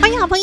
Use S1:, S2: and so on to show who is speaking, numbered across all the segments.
S1: 欢迎好朋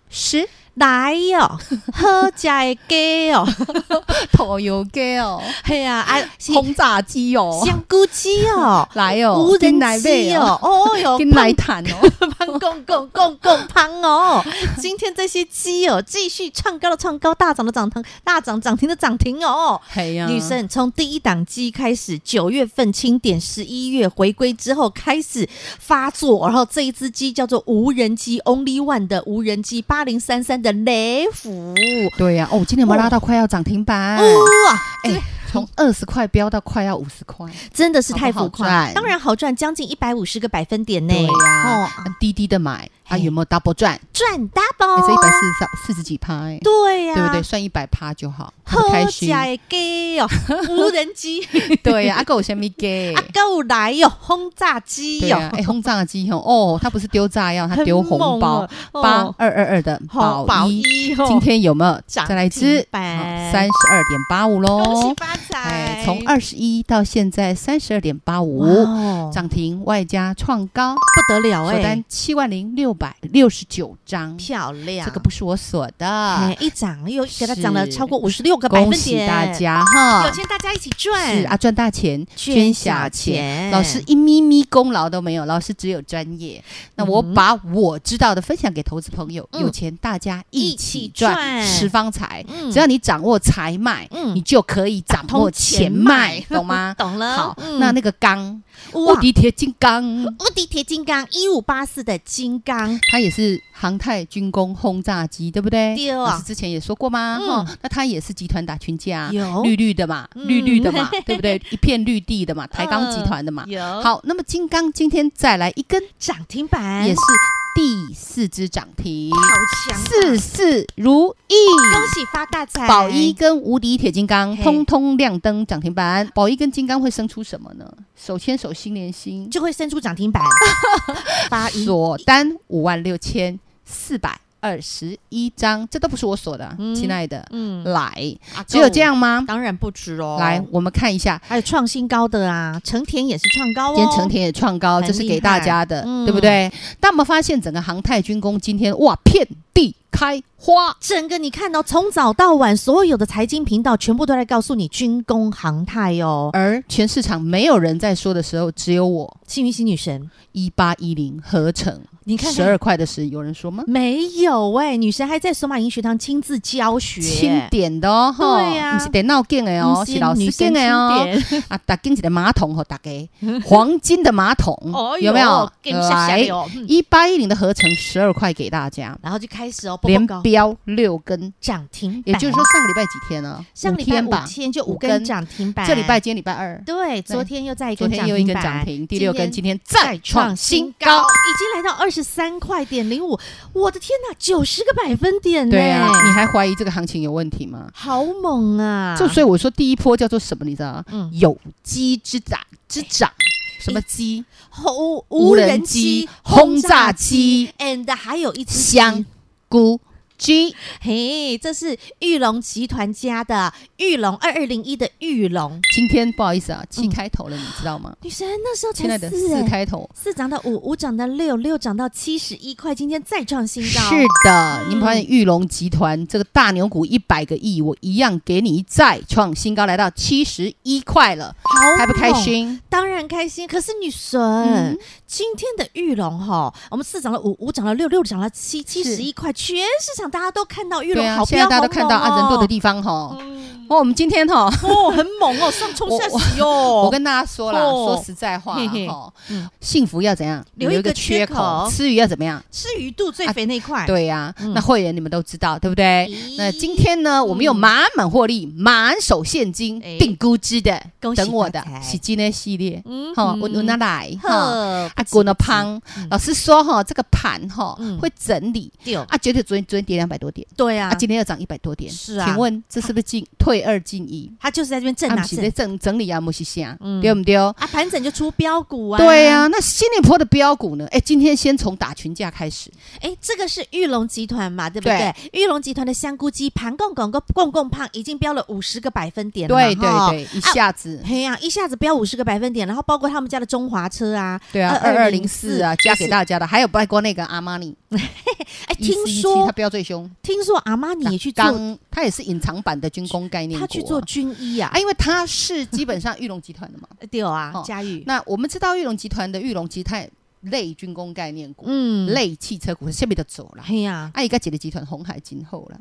S2: 师，
S1: 来哟、喝假鸡 哦，
S2: 头油鸡哦，
S1: 嘿呀啊，是
S2: 轰炸机哦，
S1: 香菇鸡哦，
S2: 来哦，
S1: 无人
S2: 金奶
S1: 机
S2: 贝
S1: 哦，，哦哟，
S2: 跟 奶坦哦，
S1: 胖公公公公胖哦，今天这些鸡哦，继续创高的创高，大涨的涨停，大涨涨停的涨停哦。
S2: 嘿呀
S1: 女生从第一档鸡开始，九月份清点，十一月回归之后开始发作，然后这一只鸡叫做无人机 Only One 的无人机八零三三的雷虎，
S2: 对呀、哦，今天我们拉到快要涨停板，
S1: 哇，
S2: 哎、从二十块飙到快要五十块，
S1: 真的是太浮
S2: 好不好
S1: 夸，
S2: 赚
S1: 当然好赚，将近一百五十个百分点呢，
S2: 对呀、
S1: 哦，
S2: 啊低低的买，啊
S1: 嘿
S2: 有没有 double 赚？
S1: 赚
S2: 哎
S1: double，
S2: 这一百四十三四十几趴、哎
S1: 对呀，
S2: 对不对？？算一百趴就好，很开
S1: 好
S2: 心。
S1: 假的鸡 哦，无人机
S2: 对呀、啊，阿狗有虾米给
S1: 啊，？够来哟，轰炸机哦
S2: 对
S1: 哟
S2: 呀、，哎、轰炸机吼，哦，他不是丢 炸药，他丢红包，
S1: 很猛
S2: 八
S1: 哦，
S2: 二二二的
S1: 哦
S2: 宝一，
S1: 一哦
S2: 今天有没有
S1: 涨
S2: 再来一支
S1: 停？板
S2: 三十二点八五
S1: 恭喜
S2: 喽！
S1: 发财
S2: 哎，，从二十一到现在三十二点八五，
S1: 五
S2: 涨停外加创高，
S1: 不得了哦
S2: 首
S1: 哎
S2: 哦单，七万零六百六十九张，
S1: 漂亮，
S2: 这个不是我锁
S1: 哎
S2: 的，
S1: 一涨又给它
S2: 啊是
S1: 涨了超过五十六个百分
S2: 恭喜
S1: 点，
S2: 大，家
S1: 有
S2: 哈！
S1: 钱大家一起
S2: 是
S1: 赚，
S2: 啊，赚大钱，
S1: 捐
S2: 捐
S1: 小
S2: 小
S1: 钱
S2: 钱。老师一咪咪功劳都没有，老师只有专业。那我
S1: 嗯
S2: 把我知道的分享给投资朋友，
S1: 嗯
S2: 有钱大家
S1: 一
S2: 一
S1: 起
S2: 起赚，
S1: 赚
S2: 十方财。
S1: 嗯
S2: 只要你掌握财脉，
S1: 嗯？
S2: 你就可以掌握钱脉，懂吗
S1: 懂了，
S2: 好，
S1: 嗯
S2: 那那个钢，无
S1: 哇，
S2: 敌铁金刚，
S1: 无敌铁金刚一五八四的金刚，
S2: 它也是航太军工轰炸机，对不对？
S1: 对哦
S2: 老师之前也说过吗？
S1: 嗯
S2: 哈，那它也是集团打群架，
S1: 有
S2: 啊绿绿的嘛，
S1: 嗯
S2: 绿绿的 嘛，对不对？一片绿地的嘛，台钢集团的嘛，
S1: 有
S2: 好，那么金刚今天再来一根，
S1: 涨停板，
S2: 也是第四只涨停，
S1: 哎好强啊，
S2: 事事如意。
S1: 恭喜发大财，
S2: 宝一跟无敌铁金刚
S1: 嘿
S2: 通通亮灯涨停板，宝一跟金刚会生出什么呢？手牵手心连心，
S1: 就会伸出涨 停板，发一，
S2: 锁单五万六千四百二十一张，这都不是我锁的，
S1: 嗯
S2: 亲爱的，
S1: 嗯，
S2: 来，
S1: 啊
S2: 呃只有这，样吗
S1: 够？当然不止哦，
S2: 来，我们看一下，
S1: 还有创新高的啊，成田也是创高哦，
S2: 今天成田也创高，
S1: 很
S2: 这是给大家的，
S1: 厉害嗯
S2: 对不对？但我们发现整个航太军工今天哇，遍地开花，
S1: 整个你看到从早到晚，所有的财经频道全部都在告诉你军工航太哦，
S2: 而全市场没有人在说的时候，只有我
S1: 幸运星女神，
S2: 一八一零合成，
S1: 你看嗯
S2: 十
S1: 看
S2: 二块的是有人说吗？
S1: 没有哎、女神还在索马营学堂亲自教学，
S2: 轻点的哦，吼
S1: 对呀
S2: 不是得闹劲的哦，是老
S1: 女
S2: 师
S1: 神
S2: 劲的哦，
S1: 经典，
S2: 啊，打进去的马桶吼，打给 黄金的 马桶
S1: 哦，
S2: 嗯有没有？哎来，
S1: 哦嗯
S2: 一八一零的合成十二块给大家，
S1: 然后就开始哦，波
S2: 连
S1: 波高
S2: 标六根，
S1: 涨停板，
S2: 也就是说上个礼拜几天呢？
S1: 上
S2: 五
S1: 礼拜
S2: 天
S1: 五
S2: 吧，
S1: 天就五
S2: 五根
S1: 根涨停板，
S2: 这礼拜今天礼拜二，
S1: 对，昨天又再一
S2: 昨
S1: 根
S2: 天
S1: 涨
S2: 又一
S1: 停
S2: 根
S1: 板，
S2: 涨停，第六根
S1: 今
S2: 今天
S1: 再
S2: 再
S1: 创
S2: 创
S1: 新
S2: 新
S1: 高，
S2: 高。
S1: 已经来到二十三块点零五，我的天呐，九十个百分点呢、
S2: 对呀、啊，你还怀疑这个行情有问题吗？
S1: 好猛啊！
S2: 就所以我说第一波叫做什么，你知道吗？
S1: 嗯，
S2: 有机之长之长，什么鸡？
S1: 无无人机、嗯
S2: 轰炸机、
S1: ，and 还有一只鸡
S2: 香，菇鸡。
S1: 嘿，这是玉龙集团家的玉龙二二零一的玉龙
S2: 今天不好意思啊，七
S1: 嗯
S2: 开头了，你知道吗？
S1: 女神，那时候
S2: 亲
S1: 才
S2: 爱的，四
S1: 四哎。
S2: 开头。
S1: 四涨到五，五涨到六，六涨到七十一块，今天再创新
S2: 是
S1: 高。嗯
S2: 的，你们发现玉龙集团这个大牛股一百个亿，我一样给你再创新高，来到七十一块了，
S1: 好
S2: 开不开
S1: 猛？
S2: 心？
S1: 当然开心。可是女神，
S2: 嗯
S1: 今天的玉龙哈，我们四涨了五，五涨了六，六涨了七，七
S2: 是
S1: 十一块，全市场大家都看到玉
S2: 对
S1: 龙
S2: 啊
S1: 好，
S2: 现
S1: 标，
S2: 在大家都看到
S1: 好猛
S2: 啊，
S1: 哦
S2: 人多的地方哈，
S1: 嗯
S2: 哦，我们今天哈、
S1: 哦，很猛哦，上冲下洗哦。
S2: 我跟大家说啦，
S1: 哦
S2: 说实在话
S1: 嘿嘿
S2: 哈、
S1: 嗯
S2: 幸福要怎样
S1: 留一个缺口
S2: 吃鱼要怎么样？
S1: 吃鱼肚最肥那一块，
S2: 对呀、
S1: 嗯
S2: 那会员你们都知道，对不对？
S1: 咦
S2: 那今天呢，我们有满满获利、满手现金、
S1: 哎
S2: 定估值的，
S1: 恭喜
S2: 等我的
S1: 发财
S2: 喜金的系列，
S1: 嗯
S2: 哈、我我拿来哈。
S1: 呵，
S2: 啊，滚了胖
S1: 嗯！
S2: 老师说哈，这个盘哈
S1: 嗯
S2: 会整理
S1: 丢，
S2: 啊，觉得昨天昨天跌两百多点
S1: 对啊
S2: 啊，，今天又涨一百多点，
S1: 是啊
S2: 请问这是不是进退二进一？
S1: 他就是在这边震
S2: 啊
S1: 啊
S2: 不是在
S1: 震
S2: 整整理啊，莫西西啊
S1: 嗯，
S2: 对不对？
S1: 啊，盘整就出标股啊，
S2: 对呀，，那新加坡的标股呢？哎，今天先从打群架开始，
S1: 哎，这个是玉龙集团嘛，对不对？玉龙集团的香菇鸡盘共共共共共胖已经标了五十个百分点了嘛，
S2: 对对
S1: 哈。啊
S2: 对，一下子，
S1: 嘿呀、一下子标五十个百分点，然后包括他们家的中华车啊，
S2: 对啊，二二零四啊，
S1: 2204
S2: 加给大家的，还有包括那个阿玛尼，
S1: 哎，听
S2: 1417
S1: 说
S2: 他标最凶，
S1: 听说阿玛尼也去做，
S2: 刚，他也是隐藏版的军工概念股
S1: 他
S2: 啊，
S1: 去做军医啊
S2: 啊，，因为他是基本上玉龙 集团的嘛。
S1: 哎，对啊
S2: 哦，
S1: 佳玉，
S2: 那我们知道玉龙集团的玉龙集团类军工概念股、
S1: 嗯，，
S2: 类汽车股下面的走了，
S1: 嘿呀、
S2: 啊，一个姐的集团红海今后了，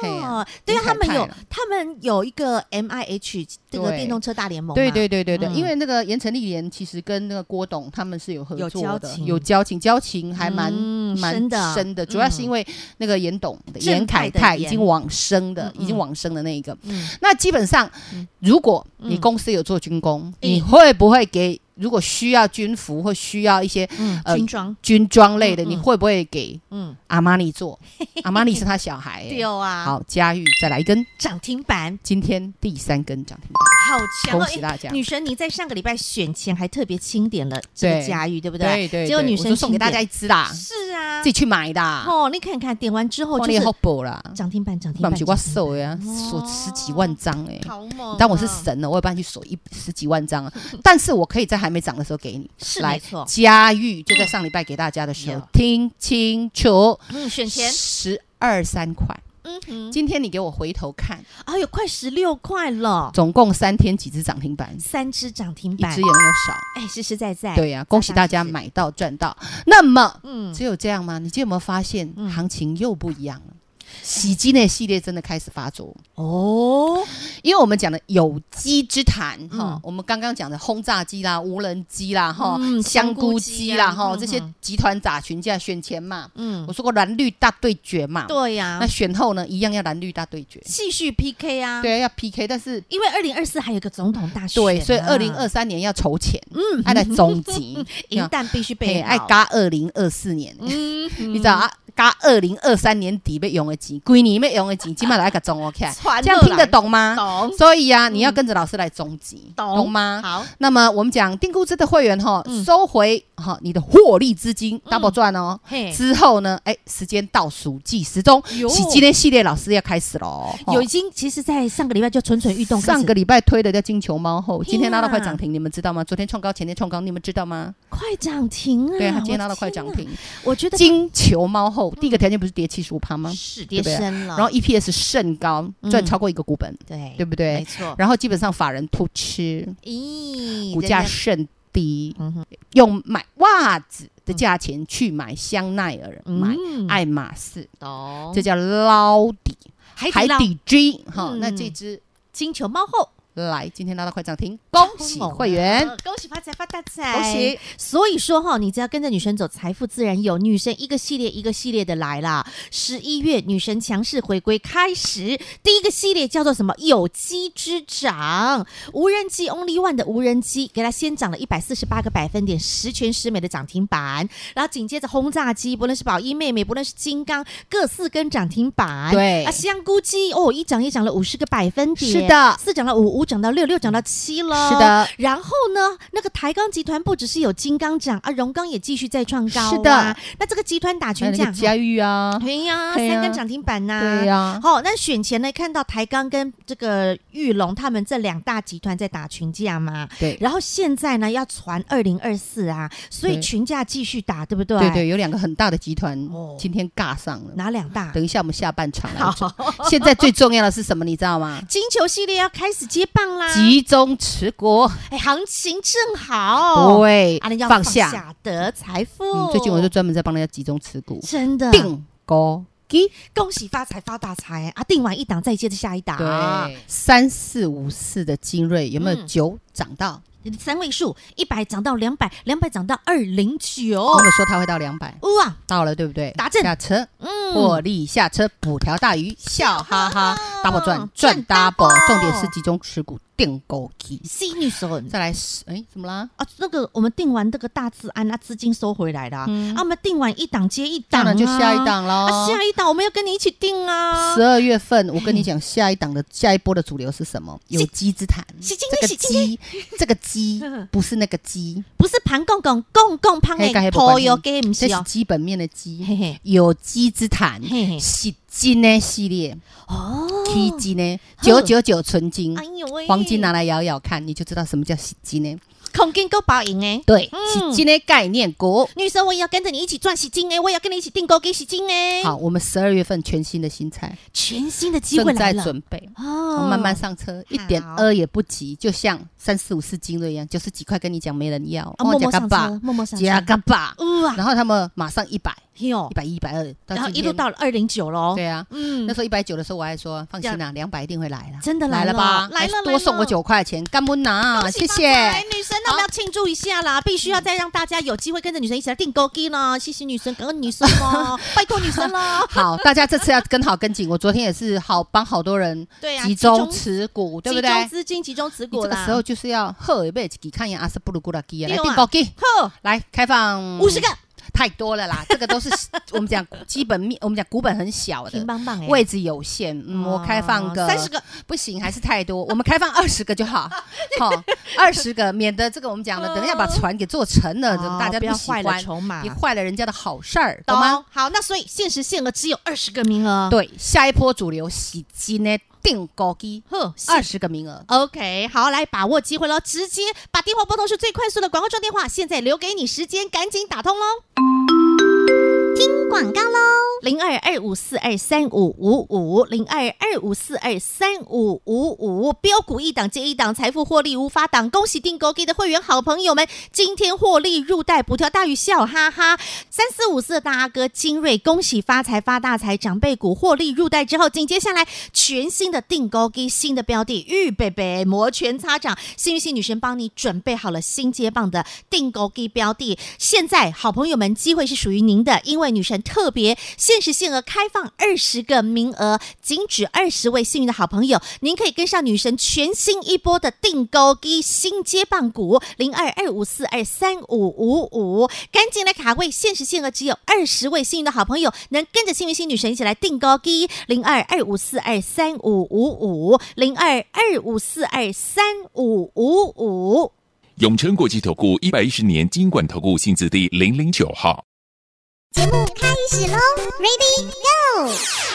S2: 嘿
S1: 哦
S2: 啊，
S1: 对啊，
S2: 金
S1: 他
S2: 凯
S1: 们
S2: 泰
S1: 有
S2: 了
S1: 他们有一个 M I H 这个
S2: 对
S1: 电动车大联盟嘛，
S2: 对对对对对，
S1: 嗯
S2: 因为那个盐城丽莲其实跟那个郭董他们是有合作
S1: 有交
S2: 的，
S1: 情
S2: 有交情，交情
S1: 嗯，
S2: 还蛮、蛮
S1: 深的嗯
S2: 深的，主要是因
S1: 为，
S2: 为那个严董的
S1: 正
S2: 严
S1: 泰
S2: 凯
S1: 的
S2: 泰已
S1: 严
S2: 经往生的，
S1: 嗯
S2: 已经
S1: 嗯
S2: 往生的那一个。
S1: 嗯
S2: 那基本上
S1: 嗯，
S2: 如果你
S1: 嗯
S2: 公司有做军工，
S1: 嗯
S2: 你会不会给？如果需要军服或需要一些
S1: 嗯，
S2: 呃
S1: 军装，
S2: 军装类的，
S1: 嗯嗯
S2: 你会不会给
S1: 嗯，
S2: 阿玛 尼做？阿玛尼是他小孩、欸。
S1: 对啊，
S2: 好，佳玉再来一根，
S1: 涨停板
S2: 今天第三根涨停
S1: 好
S2: 板，
S1: 强哦！
S2: 恭喜
S1: 哎
S2: 大家！
S1: 女神，你在上个礼拜选前还特别清点了这个
S2: 对
S1: 佳玉，对不
S2: 对对对，
S1: 结果女
S2: 我
S1: 生
S2: 就送给大家一支啦，
S1: 是啊
S2: 自，己去买的啊。
S1: 哦，你看看点完之后
S2: 我
S1: 就
S2: 哦你
S1: 是
S2: 好补啦，
S1: 涨停板，涨停
S2: 不然
S1: 板，
S2: 不是我
S1: 涨停
S2: 手呀，
S1: 哦
S2: 锁十几万张哎
S1: 板，好猛！啊
S2: 你当我是？神了，我也帮你去锁一十几万张啊。但是我可以在还没涨的时候给你。
S1: 是
S2: 来
S1: 没错，
S2: 佳玉就在上礼拜给大家的时候
S1: 有，
S2: 听清楚，
S1: 嗯，选前，
S2: 十二三块。
S1: 嗯哼，
S2: 今天你给我回头看，
S1: 哎呦，快十六块了，
S2: 总共三天几只涨停板，
S1: 三只涨停
S2: 一
S1: 板
S2: 只也，没有少。
S1: 哎，实实在在，
S2: 对呀、恭喜大家
S1: 是
S2: 买到赚到。那么
S1: 嗯，
S2: 只有这样吗？你今天有没有发现
S1: 嗯
S2: 行情又不一样了？洗鸡那系列真的开始发作，
S1: 哦，
S2: 因为我们讲的有机之谈哈、
S1: 嗯
S2: 我们刚刚讲的轰炸机啦、无人机啦哈、
S1: 嗯
S2: 香
S1: 香
S2: 菇
S1: 菇
S2: 机
S1: 机
S2: 啦
S1: 啊
S2: 哈、
S1: 嗯
S2: 这些集团打群架选前嘛，
S1: 嗯
S2: 我，说过蓝绿大对决嘛，
S1: 对啊呀
S2: 那，选后呢一样要蓝绿大对决，
S1: 继续 PK 啊，
S2: 对啊，要 PK，但是
S1: 因为二零二四还有一个总统大选啊，
S2: 对，所以二零二三年要筹钱，
S1: 嗯，
S2: 爱来总集
S1: 银弹必须备
S2: 嘿，爱
S1: 好，
S2: 嘎二零二四年，
S1: 嗯，
S2: 你知道啊？嘎二零二三年底要用的钱，归年要用的钱，今晚来个中 OK，
S1: 传
S2: 这样
S1: 落
S2: 听得
S1: 啊来
S2: 懂吗？
S1: 懂
S2: 所以啊，你要跟着老师来总集，
S1: 懂
S2: 懂吗？
S1: 好，
S2: 那么我们讲定估值的会员哈
S1: 嗯，
S2: 收回哈你的获利资金
S1: 嗯
S2: double 赚哦。
S1: 嘿，
S2: 之后呢，哎，时间倒数计时钟，
S1: 哟
S2: 喜今天系列老师要开始喽。哈
S1: 有已经其实，在上个礼拜就蠢蠢欲动开始，
S2: 上个礼拜推的叫金球猫后，
S1: 天啊
S2: 今天拉到快涨停，你们知道吗？昨天创高，前天创高，你们知道吗？
S1: 快涨停啊！
S2: 对，他
S1: 我
S2: 今天拉到
S1: 天
S2: 快涨
S1: 哪，
S2: 停。
S1: 我觉得
S2: 金球猫后，第一个条件不是跌七十五趴吗？
S1: 是跌
S2: 对不对
S1: 深了，
S2: 然后 EPS 甚高，赚
S1: 嗯
S2: 超过一个股本，
S1: 对
S2: 对不
S1: 没
S2: 对？
S1: 错，
S2: 然后基本上法人偷吃，
S1: 咦，
S2: 股价
S1: 人家
S2: 甚低，
S1: 嗯哼
S2: 用买袜子的价钱去买香奈儿，买
S1: 嗯
S2: 爱马仕，
S1: 懂
S2: 这叫捞底，
S1: 海
S2: 海
S1: 底哎捞
S2: 底 G 哈。
S1: 嗯
S2: 那这只
S1: 金球猫后，
S2: 来，今天拉到快涨停，恭喜
S1: 超猛啊
S2: 会员，
S1: 呃恭喜发财发大财，
S2: 恭喜！
S1: 所以说哈，你只要跟着女神走，财富自然有。女神一个系列一个系列的来啦。十一月女神强势回归开始，第一个系列叫做什么？有机之长，无人机 Only One 的无人机，给它先涨了一百四十八个百分点，十全十美的涨停板。然后紧接着轰炸机，不论是宝一妹妹，不论是金刚，各四根涨停板。
S2: 对
S1: 啊，香菇鸡哦，一涨也涨了五十个百分点，
S2: 是的
S1: 四涨到五，五涨到六，六涨到七了。
S2: 是的，
S1: 然后呢，那个台钢集团不只是有金刚涨啊，荣钢也继续再创高、啊。
S2: 是的，
S1: 那这个集团打
S2: 还有
S1: 群
S2: 那个
S1: 架，
S2: 佳玉啊，
S1: 哎呀，
S2: 对啊
S1: 三根涨停板呐、
S2: 对呀、
S1: 好、那选前呢，看到台钢跟这个玉龙他们这两大集团在打群架嘛，
S2: 对
S1: 然后现在呢要传二零二四啊，所以
S2: 对
S1: 群架继续打，对不对？
S2: 对对，有两个很大的集团
S1: 哦
S2: 今天尬上了。
S1: 哪两大？
S2: 等一下我们下半场来讲。
S1: 好，
S2: 现在最重要的是什么？你知道吗？
S1: 金球系列要开始接棒啦，
S2: 集中持股，
S1: 哎，行情正好，
S2: 对
S1: 啊，那要，
S2: 放
S1: 放哦
S2: 下。嗯
S1: 下得财富。
S2: 嗯，最近我就专门在帮人家集中持股，
S1: 真的
S2: 定高吉，
S1: 恭喜发财发大财啊！定完一档再接着下一档，
S2: 对，三四五四的精锐有没有
S1: 啊嗯
S2: 九涨到？
S1: 三位数一百涨到两百，两百涨到二零九，
S2: 我有说它会到两百，
S1: 哇，
S2: 到了对不对？
S1: 打正
S2: 下车，
S1: 嗯
S2: 获利下车，补条大鱼，笑哈哈，double 赚
S1: 赚
S2: 赚 double，
S1: double
S2: 重点是集中持股定购期。
S1: C 女神
S2: 再来十，哎，怎么啦？
S1: 啊，那个我们定完这个大治安啊，资金收回来了啊，
S2: 嗯
S1: 啊我们定完一档接一档
S2: 当
S1: 啊，
S2: 然就下一档喽。
S1: 啊，下一档我们要跟你一起定啊
S2: 十。二月份，我跟你讲，下一档的下一波的主流是什么？ 有机之谈，
S1: 是今
S2: 这
S1: 天
S2: 个
S1: 是今天嗯
S2: 鸡，这个鸡不是那个鸡，
S1: 不是盘公公公公胖
S2: 嘿跟那
S1: 诶，
S2: 没关
S1: 拖
S2: 系
S1: 油给唔
S2: 这
S1: 是
S2: 是
S1: 哦，
S2: 基本面的
S1: 嘿
S2: 鸡。
S1: 嘿，
S2: 有机之谈
S1: 嘿嘿
S2: 是金呢系列，
S1: 哦，
S2: K 金呢九九九纯金
S1: 哎，嗯呦喂，
S2: 黄金拿啊来摇摇看，你就知道什么叫喜金呢。
S1: 空间够保赢诶。
S2: 对，
S1: 嗯
S2: 喜金的概念股。
S1: 女神，我也要跟着你一起赚喜金哎，我也要跟你一起订购给喜金哎。
S2: 好，，我们十二月份全新的新菜
S1: 全新的机会
S2: 正
S1: 来
S2: 在
S1: 了
S2: 准备，
S1: 哦
S2: 我慢慢上车，一点二也不急，就像三四五四金瑞一样，九十几块跟你讲没人要，哦
S1: 啊，默默
S2: 加
S1: 上
S2: 个吧
S1: 车，，默默上车，
S2: 加个吧，
S1: 哇，
S2: 然后他们马上一百、
S1: 哟
S2: 一，百一、一百二，
S1: 然后
S2: 今
S1: 一
S2: 天
S1: 路到了二零九喽，
S2: 对啊。
S1: 嗯
S2: 那，时候一百九的时候，我还说放心啦，两百一定会来了，
S1: 真的
S2: 来
S1: 来
S2: 了
S1: 了
S2: 吧？
S1: 来了
S2: 还
S1: 来
S2: 多
S1: 了
S2: 送我九块钱，干不拿，
S1: 恭
S2: 啊谢
S1: 喜发
S2: 谢。
S1: 财女神，那我
S2: 好
S1: 们要庆祝一下啦！必须要再让大家有机会跟着女神一起来订购机啦！谢谢女神，感恩女神 哦，拜托女神喽！
S2: 好，大家这次要跟好跟紧。我昨天也是好帮好多人
S1: 对啊
S2: 集中持股，对不对
S1: 集？中资金，集中持
S2: 你
S1: 股
S2: 这个
S1: 啦。
S2: 时候就是要喝一杯几看一眼阿斯布鲁古拉基啊，来
S1: 对啊
S2: 订购给，
S1: 呵，
S2: 来开放
S1: 五十个，
S2: 太多了 啦，这个都是我们讲基本面，我们讲股本很小
S1: 平
S2: 的。
S1: 棒棒哎，哦
S2: 位置有限，嗯，我开放个
S1: 三十个，
S2: 不行，还是太多，我们开放二十个就 好，好，二十个，免得这个我们讲的，等一下把船给做沉了，
S1: 哦
S2: 呃大家
S1: 不
S2: 都
S1: 要
S2: 不喜
S1: 坏
S2: 欢，
S1: 了筹码
S2: 你，坏了人家的好事儿，懂
S1: 懂
S2: 吗？
S1: 吗？好，那所以限时限额只有二十个名额。
S2: 对，下一波主流洗金呢，定高机
S1: 呵，
S2: 二十个名额。
S1: OK，好，来把握机会喽！直接把电话拨通是最快速的广告装电话，现在留给你时间，赶紧打通喽！听广告喽，零二二五四二三五五五，零二二五四二三五五五，标股一档接一档，财富获利无法挡。恭喜订购给的会员好朋友们，今天获利入袋，补条大鱼笑哈哈。三四五四的大阿哥精锐，恭喜发财发大财，长辈股获利入袋之后，紧接下来全新的定购给新的标的，预备备摩拳擦掌，幸运星女神帮你准备好了新接棒的定购给标的，现在好朋友们机会是属于您的，因为女神特别限时限额开放二十个名额，仅止二十位幸运的好朋友，您可以跟上女神全新一波的定购给新接棒股零二二五四二三五五五，赶紧来卡位，限时限额只有二十位幸运的好朋友能跟着幸运星女神一起来定高低零二二五四二三五五五零二二五四二三五五五。
S3: 永诚国际投顾一百一十年金管投顾性质第零零九号。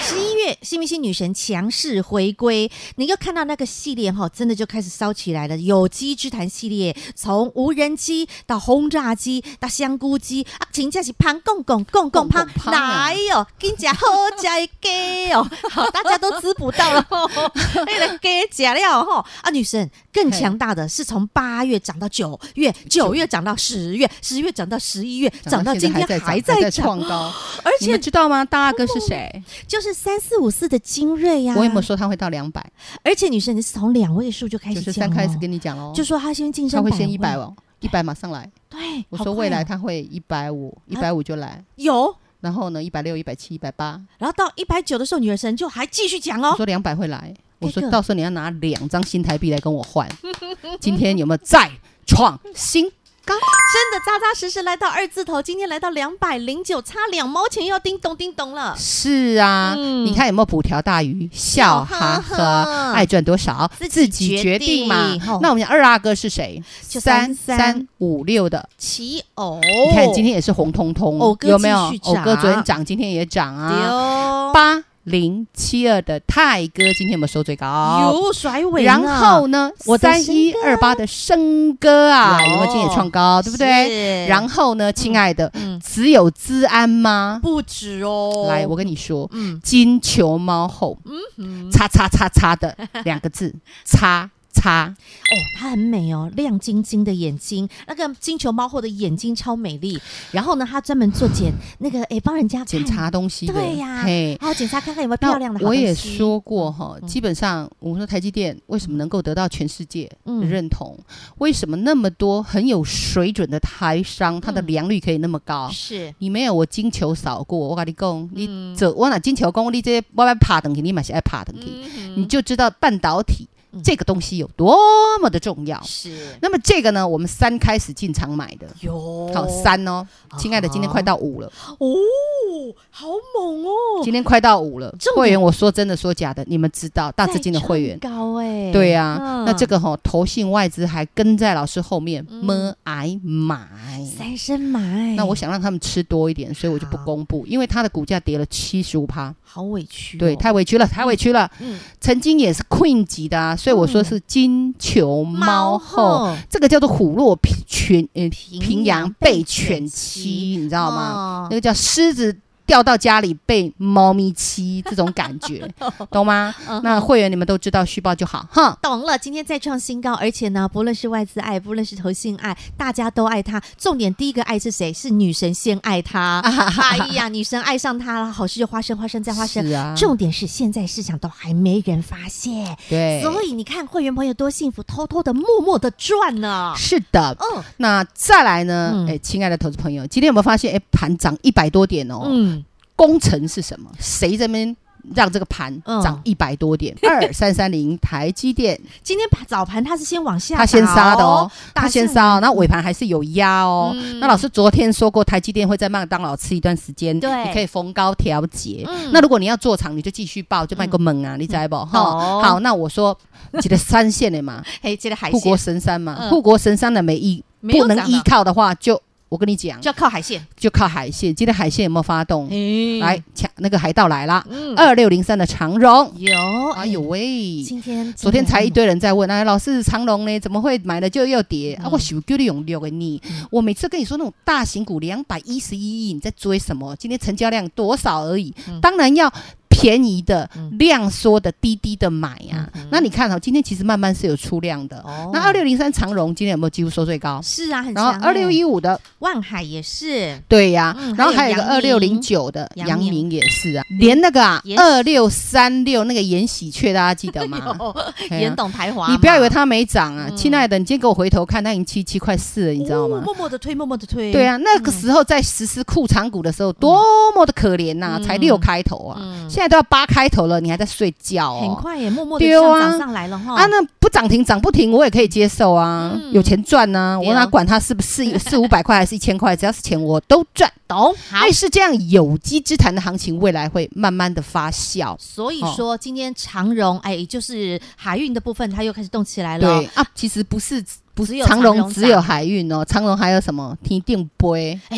S1: 十一月幸运星女神强势回归，你又看到那个系列哈，真的就开始烧起来了。有机之谈系列，从无人机到轰炸机到香菇鸡啊，请假是胖公公公公胖
S2: 公公，香啊
S1: 哪有跟讲好加一鸡哦，好大家都吃不到了，哦啊吼那个鸡假料哈啊，女神更强大的是从八月涨到九月，九月涨到十月，十月涨到十一月，涨到今天还在
S2: 创
S1: 涨，
S2: 高，
S1: 而
S2: 你们
S1: 且
S2: 知道吗？大阿哥是谁？
S1: 就是三四五四的精锐呀、
S2: 我有没有说他会到两百？
S1: 而且女生你是从两位数就开
S2: 九
S1: 始
S2: 十
S1: 讲
S2: 三
S1: 哦
S2: 开始跟你讲哦，
S1: 就说她先晋
S2: 他
S1: 升
S2: 会
S1: 百
S2: 先一百
S1: 位，
S2: 哦，一百马上来。
S1: 对，
S2: 我
S1: 好
S2: 说
S1: 快
S2: 未来
S1: 哦啊
S2: 他会一百五，一百五就来。
S1: 有，
S2: 然后呢，一百六、一百七、一百八，
S1: 然后到一百九的时候，女儿神就还继续讲
S2: 我
S1: 哦，
S2: 说两百会来。我
S1: 这
S2: 说
S1: 个
S2: 到时候你要拿两张新台币来跟我 换。今天有没有再创新高？
S1: 真的扎扎实实来到二字头，今天来到两百零九，差两毛钱又要叮咚叮咚了。
S2: 是啊，
S1: 嗯
S2: 你看有没有捕条大鱼，笑哈
S1: 笑哈
S2: 哈，
S1: 哈
S2: 爱赚多少
S1: 自己
S2: 决
S1: 决
S2: 定
S1: 定
S2: 嘛
S1: 吼。
S2: 那我们讲二阿哥是谁？
S1: 就
S2: 三
S1: 三
S2: 三五六的，
S1: 奇偶，
S2: 你看今天也是红彤彤，
S1: 哦偶哥
S2: 有没有
S1: 继续？
S2: 偶
S1: 涨哦
S2: 哥昨天涨，今天也涨啊。
S1: 丢
S2: 八零七二的泰哥今天有没有收最高？
S1: 有甩尾呢，
S2: 然后呢，
S1: 我的
S2: 三一
S1: 生哥
S2: 二八的生哥啊，
S1: 有
S2: 有没有今天也创高，对不对？
S1: 哦是
S2: 然后呢，亲爱的，
S1: 嗯
S2: 只有资安吗？
S1: 不止哦，
S2: 来，我跟你说，
S1: 嗯
S2: 金球猫后，
S1: 嗯
S2: 叉叉叉叉的两个字，叉叉，
S1: 哦，它很美哦，亮晶晶的眼睛，那个金球猫后的眼睛超美丽。然后呢，它专门做检那个，哎，帮人家看
S2: 检，查东西的，
S1: 对呀、
S2: 嘿。
S1: 还有检查看看有没有
S2: 那
S1: 漂亮的好
S2: 我
S1: 东西。
S2: 也说过哈，
S1: 嗯
S2: 基本上我们说台积电为什么能够得到全世界的
S1: 嗯
S2: 认同？为什么那么多很有水准的台商，它的
S1: 嗯
S2: 良率可以那么高？
S1: 是，
S2: 你没有我金球扫过，我跟你讲，你
S1: 嗯
S2: 走我拿金球讲，你这些我要爬等去，你嘛是爱爬等去，你
S1: 嗯
S2: 就知道半导体
S1: 嗯
S2: 这个东西有多么的重要
S1: 哼，。是
S2: 那么这个呢，我们三开始进场买的，
S1: 有
S2: 好三哦，
S1: 啊
S2: 亲爱的，今天快到五了，
S1: 哦，好猛哦，
S2: 今天快到五了
S1: 重。点
S2: 会员，我说真的说假的，你们知道大资金的会员
S1: 再，创高哎、
S2: 对呀、那这
S1: 个
S2: 个吼投信外资还跟在老师后面
S1: 嗯
S2: 摸挨买。
S1: 三生买，
S2: 那我想让他们吃多一点，所以我就不
S1: 好
S2: 公布，因为它的股价跌了七十五趴，
S1: 好委屈、哦，
S2: 对，太委屈了，太委屈了。
S1: 嗯
S2: 曾经也是 Queen 级的啊，所以我说是金球猫后，这个叫做虎落平犬，呃，
S1: 平
S2: 平
S1: 阳
S2: 阳
S1: 被
S2: 被
S1: 犬
S2: 犬
S1: 欺哦
S2: 欺，哦你知道吗？
S1: 吗
S2: 那个叫狮子掉到家里被猫咪欺这种感 觉，懂吗？那会员你们都知道虚报就好，哈。
S1: 懂了，今天再创新高，而且呢，不论是外资爱，不论是投信爱，大家都爱它。重点第一个爱是谁？是女神先爱 它。哎呀，女神爱上它了，好事就花生，花生再花生。
S2: 是啊，
S1: 重点是现在市场都还没人发现，
S2: 对，
S1: 所以你看会员朋友多幸福，偷偷的、默默的赚呢。
S2: 是的。
S1: 嗯
S2: 那再来呢
S1: 嗯？
S2: 哎，亲爱的投资朋友，今天有没有发现？哎，盘涨一百多点哦。
S1: 嗯，
S2: 工程是什么？谁这边让这个盘
S1: 嗯
S2: 涨一百多 点？二三三零台积电，
S1: 今天盘早盘它是先往下，
S2: 它先杀的哦，，
S1: 大
S2: 它先
S1: 象
S2: 杀哦，那尾盘还是有压哦。
S1: 嗯
S2: 那老师昨天说过，台积电会在麦当劳吃一段时间，
S1: 对
S2: 你可以逢高调节。
S1: 嗯
S2: 那如果你要做长，你就继续报，就卖个猛啊，你知不？
S1: 懂
S2: 哈，好，那我说，记得三线的嘛，
S1: 嘿，这个海
S2: 护国
S1: 鲜
S2: 神山嘛，
S1: 嗯
S2: 护国神山的没依
S1: 没有
S2: 不能
S1: 涨了
S2: 依靠的话，就我跟你讲，
S1: 就要靠海鲜，
S2: 就靠海线。今天海线有没有发动？
S1: 哎
S2: 来，抢那个海盗来啦！
S1: 嗯
S2: 二六零三的长荣，
S1: 有，
S2: 哎呦喂！
S1: 今天
S2: 昨天才一
S1: 堆，
S2: 堆人在问，哎，老师长隆呢？怎么会买了就又跌？
S1: 嗯
S2: 啊，我手叫你用六个你，我每次跟你说那种大型股两百一十一亿，你在追什么？今天成交量多少而已，当然要便宜的、
S1: 嗯
S2: 量缩的、低低的买呀、
S1: 嗯哼
S2: 那你看哦，今天其实慢慢是有出量的。
S1: 哦
S2: 那二六零三长荣今天有没有几乎收最高？
S1: 是啊，很
S2: 然
S1: 强、
S2: 后二六一五的，
S1: 万海也 是，
S2: 对呀、
S1: 嗯
S2: 然后还有一个
S1: 还有
S2: 二六
S1: 阳明
S2: 零九的
S1: 阳
S2: 阳
S1: 明
S2: 明也是啊，连那个啊
S1: 延
S2: 二六三六那个延禧雀，大家记得吗？
S1: 有
S2: 哎呀
S1: 严董哦台华嘛，
S2: 你不要以为它没涨啊，
S1: 嗯
S2: 亲爱的，你今天给我回头看，它已经七七块四了，你知道
S1: 哦嗯
S2: 吗？
S1: 默默的推，默默的推，
S2: 对，啊，那个时候在实施库藏股的时候，多么的可怜呐、
S1: 嗯
S2: 才六开头啊，
S1: 嗯
S2: 现在都要八开头了，你还在睡觉
S1: 很
S2: 哦。
S1: 快也默默的
S2: 对啊
S1: 上涨上来了哈，
S2: 啊，那不涨停涨不停，我也可以接受啊，
S1: 哦嗯
S2: 有钱赚呐、
S1: 对啊
S2: 我哪管它是不 是四五百块还是一千块，只要是钱我都赚。
S1: 懂好
S2: 类。似这样有机之谈的行情，未来会慢慢的发酵。
S1: 所以说，今天长荣哎，就是海运的部分，它又开始动起来了
S2: 对。啊，其实不是不
S1: 只
S2: 是
S1: 有
S2: 长
S1: 长
S2: 荣
S1: 荣
S2: 只有
S1: 涨
S2: 海运哦，长荣还有什么天定杯，
S1: 哎，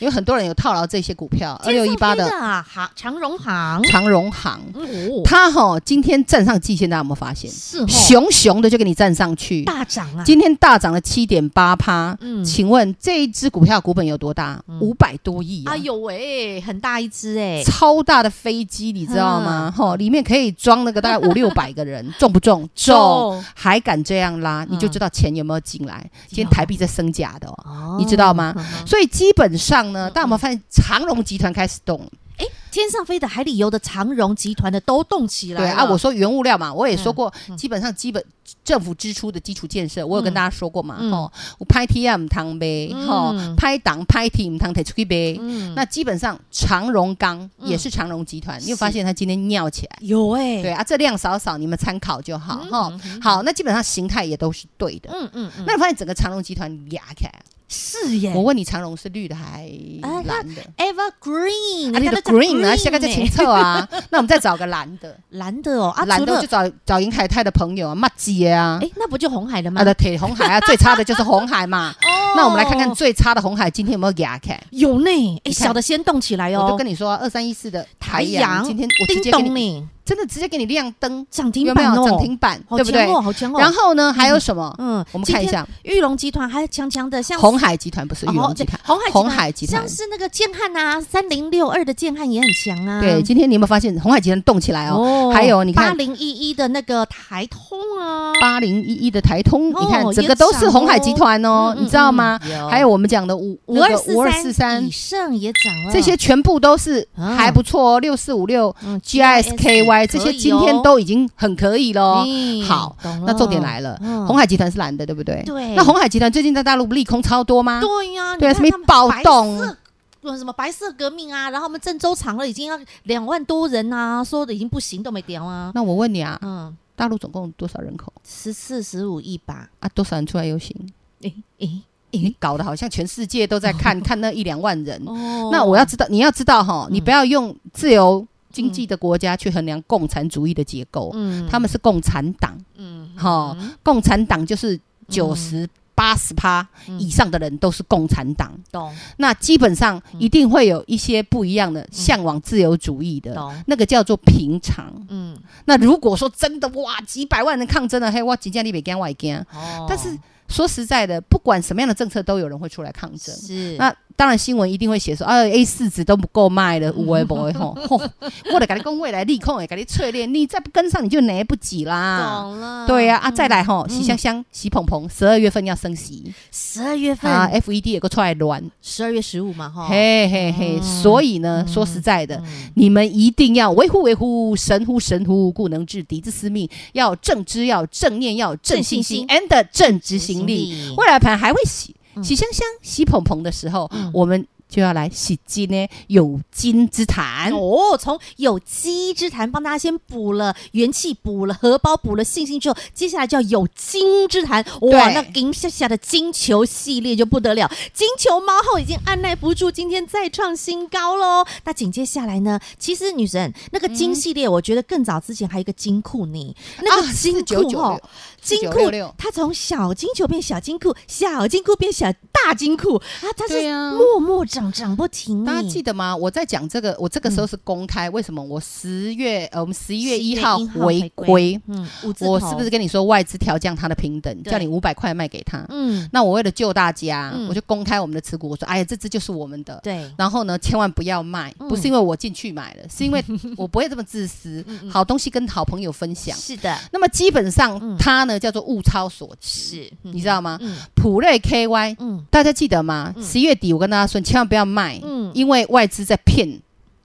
S2: 有很多人有套牢这些股票，二六一八
S1: 天上飞
S2: 的
S1: 啊，航长荣航，
S2: 长荣行，
S1: 哦，
S2: 它哈、今天站上季线，大家有没有发现？
S1: 是哦，
S2: 熊熊的就给你站上去，
S1: 大涨啊，
S2: 今天大涨了七点八趴。
S1: 嗯
S2: 请问这一只股票股本有多大？五百多亿、啊！
S1: 哎呦喂，很大一只哎，
S2: 超大的飞机，你知道
S1: 嗯
S2: 吗？吼、里面可以装那个大概五六百个人， 重不重？
S1: 重嗯
S2: 重，还敢这样拉，你就知道钱有没有进来。今天台币在升价的哦，
S1: 哦
S2: 你知道吗？
S1: 嗯哼
S2: 所以基本上
S1: 嗯
S2: 呢，大家有没有发现长荣集团开始动了？
S1: 哎，天上飞的、海里游的、长荣集团的都动起来
S2: 对
S1: 了
S2: 啊，我说原物料嘛，我也说过，
S1: 嗯
S2: 基本上基本政府支出的基础建设，我有跟
S1: 嗯
S2: 大家说过嘛，
S1: 嗯
S2: 吼、我拍 T M 汤呗，
S1: 嗯
S2: 吼、拍档拍 T M 汤提出去呗。
S1: 嗯，
S2: 那基本上长荣钢
S1: 嗯
S2: 也是长荣集团，你有
S1: 是
S2: 发现它今天尿起来？
S1: 有哎，
S2: 对，啊，这量少少，你们参考就好
S1: 嗯
S2: 哈、
S1: 嗯嗯
S2: 好，那基本上形态也都是对的。
S1: 嗯嗯嗯，
S2: 那你发现整个长隆集团压起来，
S1: 是耶
S2: 我问你，长隆是绿的还
S1: 啊那
S2: 蓝的？
S1: ，Evergreen，
S2: 啊，
S1: 人
S2: 你的
S1: 家都叫
S2: green 啊，下个叫
S1: 耶
S2: 清澈啊。 那我们再找个蓝的，
S1: 蓝的哦， 啊，
S2: 蓝
S1: 除
S2: 的
S1: 了
S2: 我就找找银海泰的朋友啊，麦姐啊，
S1: 哎，那不就红海了吗
S2: 啊？的铁红 海啊，最差的就是红海嘛。
S1: 哦
S2: 那我们来看看最差的红海今天有没有压开？
S1: 有呢，哎，
S2: 看
S1: 小的先动起来
S2: 我就
S1: 哦
S2: 跟，你说啊，二三一四的
S1: 台
S2: 台
S1: 阳
S2: 阳今天我直
S1: 叮
S2: 接给
S1: 咚
S2: 你
S1: 呢，
S2: 真的直接给你亮灯，
S1: 涨停
S2: 有没
S1: 板
S2: 有
S1: 哦，
S2: 涨停板，
S1: 好
S2: 对不
S1: 强
S2: 对？
S1: 哦，好强哦。
S2: 然后呢，还有什么？
S1: 嗯，
S2: 我们看一下，
S1: 玉龙集团还强强的，像
S2: 红海集团不是玉龙集团，
S1: 哦对
S2: 红
S1: 红
S2: 海
S1: 海
S2: 集
S1: 集
S2: 团
S1: 团，像是那个建汉啊，三零六二的建汉也很强啊。
S2: 对，今天你有没有发现红海集团动起来哦？
S1: 哦
S2: 还有你
S1: 八
S2: 看
S1: 零一一的那个台通啊，
S2: 八零一一的台通，
S1: 哦
S2: 你看整个都是红海集团
S1: 也，涨
S2: 哦
S1: 哦
S2: 你知道
S1: 嗯嗯？
S2: 吗
S1: 有
S2: 还有我们讲的五
S1: 五二
S2: 五二
S1: 四
S2: 四
S1: 三
S2: 三
S1: 以，上也涨了，
S2: 这些全部都是
S1: 嗯
S2: 还不错哦，六四五六
S1: 嗯
S2: GISKY 这
S1: 可
S2: 些
S1: 以
S2: 今天
S1: 哦
S2: 都已经很可以喽。
S1: 嗯
S2: 好
S1: 懂了
S2: 那重点来了，
S1: 嗯
S2: 红海集团是蓝的，对不对？
S1: 对
S2: 那红海集团最近在大陆利空超多吗？
S1: 对呀，
S2: 对啊，
S1: 你
S2: 什
S1: 看他
S2: 么
S1: 们
S2: 暴
S1: 白
S2: 动，
S1: 色呃什么白色革命啊，然后我们郑州厂了已经要两万多人啊，说的已经不行都没掉啊。
S2: 那我问你啊，
S1: 嗯，
S2: 大陆总共多少人口
S1: 十四十五亿吧。
S2: 啊？多少人出来游行？
S1: 诶诶
S2: 你搞得好像全世界都在 看看那一两万人。
S1: 哦
S2: 那我要知道，你要知道哈，
S1: 嗯
S2: 你不要用自由经济的国家去衡量共产主义的结构，
S1: 嗯
S2: 他们是共产党，
S1: 嗯
S2: 哈，共产党就是九十八十趴
S1: 嗯
S2: 以上的人都是共产党，
S1: 懂
S2: 那基本上
S1: 嗯
S2: 一定会有一些不一样的向往自由主义的。
S1: 懂
S2: 那个叫做平常。
S1: 嗯
S2: 那如果说真的哇，几百万人抗争了，嘿，我几件你别干，我也干。
S1: 哦
S2: 但是说实在的，不管什么样的政策，都有人会出来抗争。
S1: 是
S2: 那当然，新闻一定会写说，啊 a 四纸都不够卖了，无为不 为吼。吼我得跟你讲，未来利空也跟你淬炼，你再不跟上你就来不及啦。
S1: 懂了，
S2: 对呀、啊，再来吼，
S1: 嗯
S2: 喜香香、喜鹏鹏，十二月份要升息
S1: 十二月
S2: 啊
S1: 份
S2: ，FED 也够出来乱，
S1: 十二月十五嘛哈，
S2: 嘿嘿嘿。
S1: 嗯
S2: 所以呢，说实在的，
S1: 嗯
S2: 你们一定要维护维护神乎神乎，故能治敌之私密，要正知，要正念，要正信心，and 正执行力。
S1: 嗯
S2: 未来盘还会洗洗香香、洗蓬蓬的时候，
S1: 嗯
S2: 我们就要来洗金呢，有金之谈。
S1: 哦，从有机之谈帮大家先补了元气，补了荷包，补了信心之后，接下来就要有金之谈。哇，
S2: 对
S1: 那银下下的金球系列就不得了，金球猫后已经按耐不住，今天再创新高喽。那紧接下来呢？其实女神那个金系列，我觉得更早之前还有一个金库呢，
S2: 嗯
S1: 那
S2: 啊
S1: 个金库哦，金库
S2: 4996
S1: 它从小金球变小金库，小金库变小大金库啊，它
S2: 对
S1: 是
S2: 呀
S1: 默默涨涨不停呢。
S2: 大家记得吗？我在讲这个，我这个时
S1: 嗯
S2: 候是公开，为什么？我十月呃，我们十一月一号
S1: 11号
S2: 回
S1: 回归
S2: 归，
S1: 嗯，五字
S2: 我
S1: 头
S2: 是不是跟你说外资调降它的平等，
S1: 对
S2: 叫你五百块卖给他？
S1: 嗯，
S2: 那我为了救大家，
S1: 嗯
S2: 我就公开我们的持股，我说：哎呀，这只就是我们的。
S1: 对，
S2: 然后呢，千万不要卖，
S1: 嗯
S2: 不是因为我进去买了，是因为我不会这么自私，
S1: 嗯
S2: 好东西跟好朋友分享。
S1: 是的，
S2: 那么基本上
S1: 嗯
S2: 它呢叫做物超所值，
S1: 是，
S2: 你知道吗？
S1: 嗯
S2: 普瑞 KY
S1: 嗯
S2: 大家记得吗？
S1: 嗯
S2: 十一月底我跟大家说，你千万不要卖，
S1: 嗯
S2: 因为外资在骗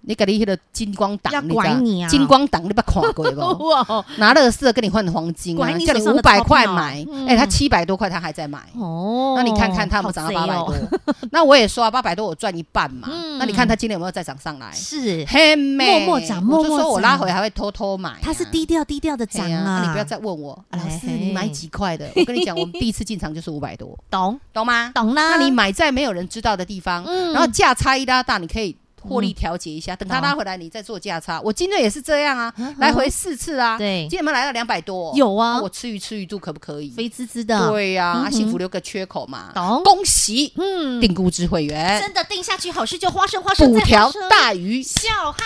S2: 你，给你那个金光党，
S1: 要
S2: 你知道
S1: 拐你啊
S2: 金光党你把垮 过不？
S1: 哇哦
S2: 拿乐色跟你换黄金啊，
S1: 拐你
S2: 叫你
S1: 手上
S2: 五
S1: 的
S2: 百
S1: 钞
S2: 块
S1: 票
S2: 买，
S1: 嗯
S2: 哎，他七百多块他还在买。
S1: 哦
S2: 那你看看它有没有涨到八
S1: 好
S2: 百
S1: 贼
S2: 多
S1: 哦？
S2: 那我也说啊，八百多我赚一半嘛。
S1: 嗯
S2: 那你看它今天有没有再涨上来？
S1: 是，
S2: 嘿妹，
S1: 默默涨
S2: 我
S1: 默
S2: 就
S1: 默
S2: 说我拉
S1: 涨
S2: 回还会偷偷买啊。
S1: 它是低调低调的
S2: 对
S1: 涨
S2: 哎呀
S1: 啊，
S2: 你不要再问我，啊、老师
S1: 哎
S2: 你买几块的？我跟你讲，我们第一次进场就是五百多，
S1: 懂
S2: 懂吗？
S1: 懂啦，
S2: 那你买在没有人知道的地方，
S1: 嗯
S2: 然后价差一拉大，你可以获利调节一下，等它
S1: 懂
S2: 拉回来，你再做价差。我今天也是这样啊，
S1: 嗯
S2: 来回四次啊，
S1: 对
S2: 今天有没有来到两百多？
S1: 有啊
S2: 那我吃鱼吃鱼肚可不可以？
S1: 肥滋滋的，
S2: 对呀、啊
S1: 嗯哼
S2: 幸福留个缺口嘛。
S1: 懂
S2: 恭喜
S1: 嗯，
S2: 定估值会员
S1: 真的定下去，好事就花生花生
S2: 补
S1: 再花
S2: 条
S1: 生
S2: 大鱼
S1: 笑哈，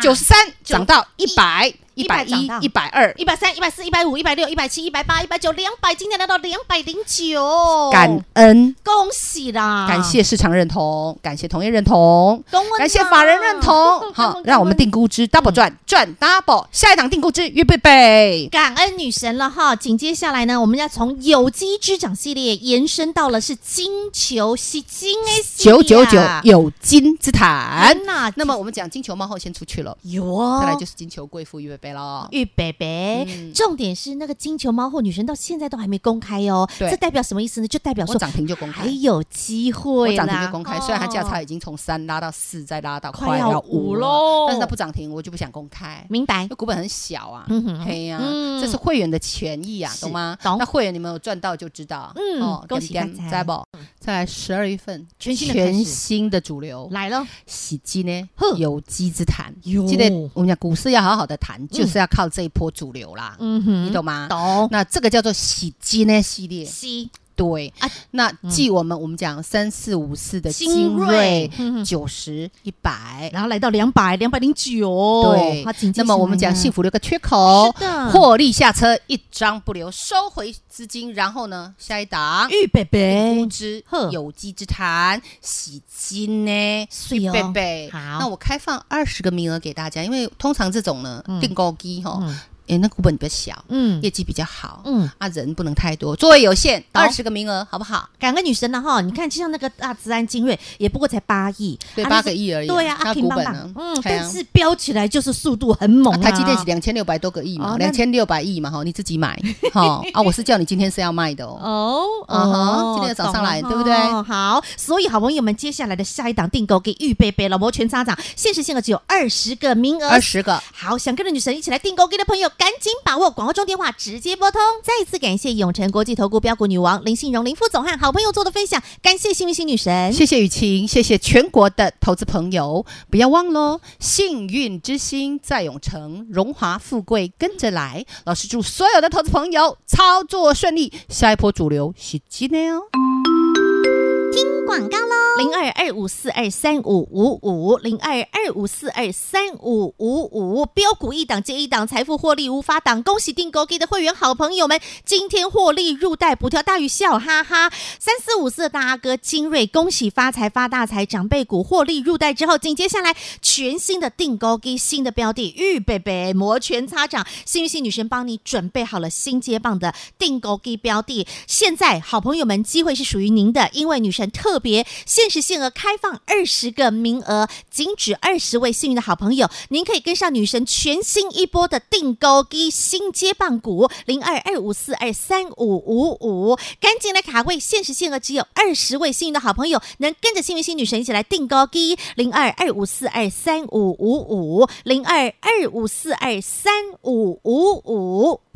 S2: 九十三
S1: 九
S2: 涨到一百一百
S1: 100
S2: 一
S1: 涨到
S2: 一百二，
S1: 一百三、一百四、一百五、一百六、一百七、一百八、一百九、两百，今天来到两百零九，
S2: 感恩。
S1: 恭喜啦，
S2: 感谢市场认同，感谢同业认同，
S1: 公文啦，
S2: 感谢法人 认同，
S1: 感
S2: 好
S1: 恩，
S2: 让我们定估值 double 赚赚 double，下一档定估值预备备。
S1: 感恩女神了哈！紧接下来呢，我们要从有机之长系列延伸到了是金球系金 A 系
S2: 九九九
S1: 啊
S2: 有金之谈，
S1: 呐，
S2: 哎那么我们讲金球猫后先出去了，
S1: 有哦，哎
S2: 再来就是金球贵妇预备备喽。
S1: 玉北北。
S2: 嗯
S1: 重点是那个金球猫或女神到现在都还没公开哦，
S2: 对
S1: 这代表什么意思呢？就代表
S2: 我
S1: 说
S2: 涨停就公开
S1: 还，有机
S2: 我
S1: 会哎啦，
S2: 涨停就公开，虽然它价差
S1: 哦
S2: 已经从三拉到四，再拉到快
S1: 快
S2: 要
S1: 要
S2: 五
S1: 五
S2: 了，
S1: 喽，
S2: 但是它不涨停，我就不想公开。
S1: 明白
S2: 因为，股本很小啊
S1: 嗯，哼
S2: 嘿呀，
S1: 嗯
S2: 这是会员的权益啊，
S1: 是
S2: 懂吗？
S1: 懂
S2: 那会员你们有赚到就知道，哦
S1: 嗯恭喜
S2: 点
S1: 发财嗯
S2: 点知不？再来十二月份
S1: 全新的开始
S2: 全新的主流
S1: 来了，
S2: 洗机呢
S1: 呵，
S2: 有机之谈。
S1: 有嗯
S2: 记得我们讲股市要好好的谈，就是要靠这一波主流啦，
S1: 嗯哼
S2: 你懂吗？
S1: 懂
S2: 那这个叫做洗机呢系列，
S1: 西
S2: 对
S1: 啊
S2: 那继我们我们讲三四五四的
S1: 精
S2: 精锐
S1: 锐嗯哼
S2: 九十一百，
S1: 然后来到两百两百零九，
S2: 对
S1: 哦它紧接
S2: 那么我们讲幸
S1: 福
S2: 福哦留个缺口，
S1: 是的
S2: 获利下车一张不留，收回资金，然后呢，下一档
S1: 玉贝
S2: 不
S1: 贝，
S2: 知
S1: 呵
S2: 有机之谈洗金呢。
S1: 碎
S2: 贝贝，
S1: 好
S2: 那我开放二十个名额给大家，因为通常这种呢，订购机哈
S1: 嗯，
S2: 哎，那股本比较小，
S1: 嗯
S2: 业绩比较好，
S1: 嗯，
S2: 啊，人不能太多，座位有限，
S1: 好
S2: 二十个名额，好不好？
S1: 感恩女神了哈！你看，就像那个大自然精锐，也不过才八亿，
S2: 对，
S1: 啊
S2: 八个亿而已，
S1: 对呀，
S2: 那
S1: 阿
S2: 股
S1: 平
S2: 本
S1: 棒
S2: 呢
S1: 棒，？嗯，
S2: 哎呀
S1: 但是飙起来就是速度很猛
S2: 啊
S1: 啊！
S2: 台积电是两千六百多个亿嘛
S1: 哦，那
S2: 两千六百亿 嘛，哈，你自己买，哈啊，我是叫你今天是要卖的哦，
S1: 哦，
S2: 嗯哼
S1: 哦，
S2: 今天有涨上来
S1: 懂了
S2: 对不对
S1: 哦好，所以好朋友们，接下来的下一档订购给预备备，老婆全差涨，限时限额只有二十个名额
S2: 二。十个，
S1: 好，想跟着女神一起来订购给的朋友，赶紧把握广告中电话直接拨通。再次感谢永诚国际投顾标股女王林信荣林副总和好朋友做的分享，感谢幸运星女神。
S2: 谢谢雨晴，谢谢全国的投资朋友，不要忘喽，幸运之星在永城，荣华富贵跟着来。老师祝所有的投资朋友操作顺利，下一波主流是今天哦。
S1: 广告喽，零二二五四二三五五五，零二二五四二三五五五，标股一档接一档，财富获利无法挡。恭喜订购给的会员好朋友们，今天获利入袋，不跳大鱼笑哈哈。三四五四的大阿哥精锐，恭喜发财发大财，长辈股获利入袋之后，紧接下来全新的订购给新的标的，玉贝贝摩拳擦掌，幸运星女神帮你准备好了新接棒的订购给标的，现在好朋友们机会是属于您的，因为女神特别限时限额开放二十个名额，仅止二十位幸运的好朋友，您可以跟上女神全新一波的订购给新接棒股零二二五四二三五五五，赶紧来卡位，限时限额只有二十位幸运的好朋友能跟着幸运星女神一起来订购给零二二五四二三五五五零二二五四二三五五五。